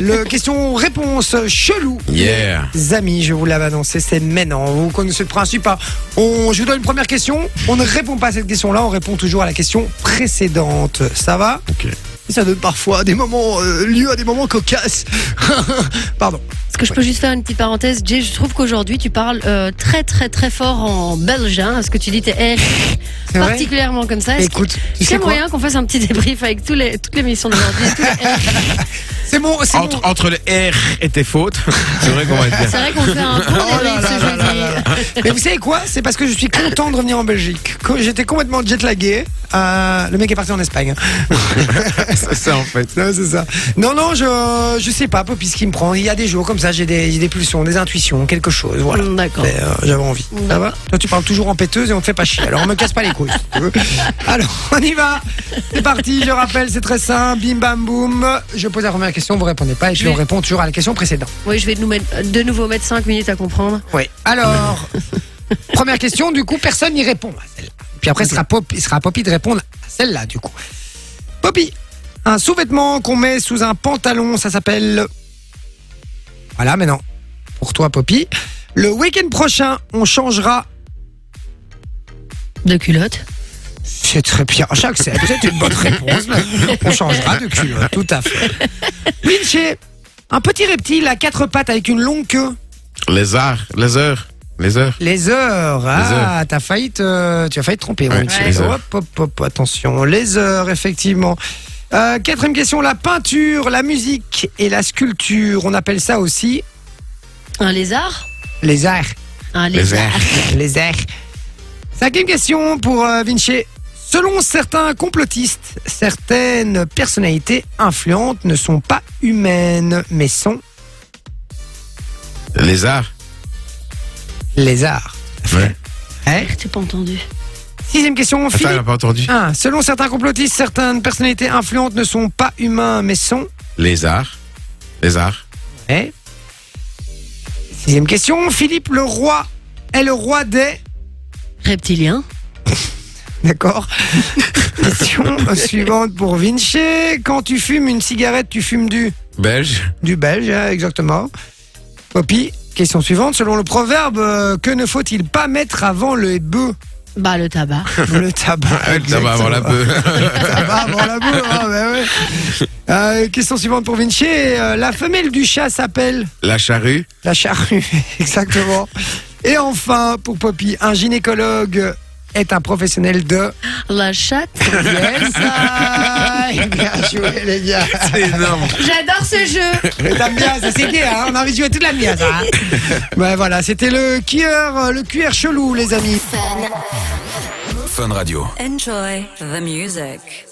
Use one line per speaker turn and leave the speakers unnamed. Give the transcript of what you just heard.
Le question-réponse chelou.
Yeah.
Les amis, je vous l'avais annoncé, c'est maintenant. Vous connaissez le principe. hein. On, je vous donne une première question. On ne répond pas à cette question-là, on répond toujours à la question précédente. Ça va
Ok.
Ça donne parfois des moments, euh, lieu à des moments cocasses. Pardon.
Est-ce que je peux juste faire une petite parenthèse Jay, je trouve qu'aujourd'hui tu parles euh, très très très fort en belge. Hein, ce que tu dis, t'es eh,
C'est vrai
particulièrement comme ça. Est-ce qu'il-
Écoute, tu
est-ce qu'il y
sais
a
quoi
moyen qu'on fasse un petit débrief avec tous les, toutes les missions d'aujourd'hui tous les eh
C'est mon, c'est mon-
Ah, Entre, entre le R et tes fautes, c'est vrai qu'on va être bien.
C'est vrai qu'on fait un bon
Oh là là
débrief ce
là là
jeudi.
là là. Mais vous savez quoi C'est parce que je suis content de revenir en Belgique. Co- J'étais complètement jetlagué. Euh, le mec est parti en Espagne.
C'est ça en fait.
Non, c'est ça. Non, non, je, je sais pas, Poppy, ce qui me prend. Il y a des jours comme ça, j'ai des, j'ai des pulsions, des intuitions, quelque chose. Voilà.
Mm, D'accord.
Mais, euh, J'avais envie. Ça va Toi, tu parles toujours en péteuse et on te fait pas chier. Alors, on me casse pas les couilles. si tu veux. Alors, on y va. C'est parti. Je rappelle, c'est très simple. Bim, bam, boum. Je pose la première question, vous répondez pas et puis
Oui.
on répond toujours à la question précédente.
Oui, je vais nous mettre- de nouveau mettre 5 minutes à comprendre.
Oui. Alors, première question, du coup, personne n'y répond à celle-là. Puis après, ce sera, Pop, ce sera à Poppy de répondre à celle-là, du coup. Poppy, un sous-vêtement qu'on met sous un pantalon, ça s'appelle. Voilà, maintenant, pour toi, Poppy. Le week-end prochain, on changera.
De culotte.
C'est très bien, j'accepte, c'est une bonne réponse. mais On changera de cul, hein, tout à fait. Vinci, un petit reptile à quatre pattes avec une longue queue.
Les arts, les heures, les heures.
Les heures. Ah,
heures.
t'as failli te, tu as failli te tromper. mon
Ouais,
Michel.
les heures.
Hop, hop, hop, attention. Les heures, effectivement. Euh, quatrième question, la peinture, la musique et la sculpture. On appelle ça aussi
Un lézard.
les arts.
Un
Les
lézard.
arts.
Les arts. Cinquième question pour euh, Vinci. Selon certains complotistes, certaines personnalités influentes ne sont pas humaines, mais sont
Les arts.
les arts.
Ouais.
Hein
T'es pas entendu.
Sixième question,
Attends,
Philippe.
elle a pas entendu.
1. Selon certains complotistes, certaines personnalités influentes ne sont pas humains, mais sont.
Les arts. Les arts.
Eh Sixième question. Philippe le roi est le roi des.
Reptilien.
D'accord. question suivante pour Vinci. Quand tu fumes une cigarette, tu fumes du.
Belge.
Du belge, hein, exactement. Poppy, question suivante. Selon le proverbe, euh, que ne faut-il pas mettre avant le bœuf
Bah, le tabac.
Ah Le tabac.
Ça va avoir la
exactement.
peu.
Ça va avant la boule, hein, ben ouais. Euh, question suivante pour Vinci. Euh, la femelle du chat s'appelle
La charrue.
la charrue, exactement. Et enfin, pour Poppy, un gynécologue est un professionnel de...
La chatte.
Yes, I. Eh Bien joué, les gars.
C'est énorme.
J'adore ce jeu.
T'aimes bien, ça c'est gay, hein on a envie de jouer toute la nuit à ça. hein. ben voilà, c'était le cuir, euh, le cuir chelou, les amis.
Enjoy the music.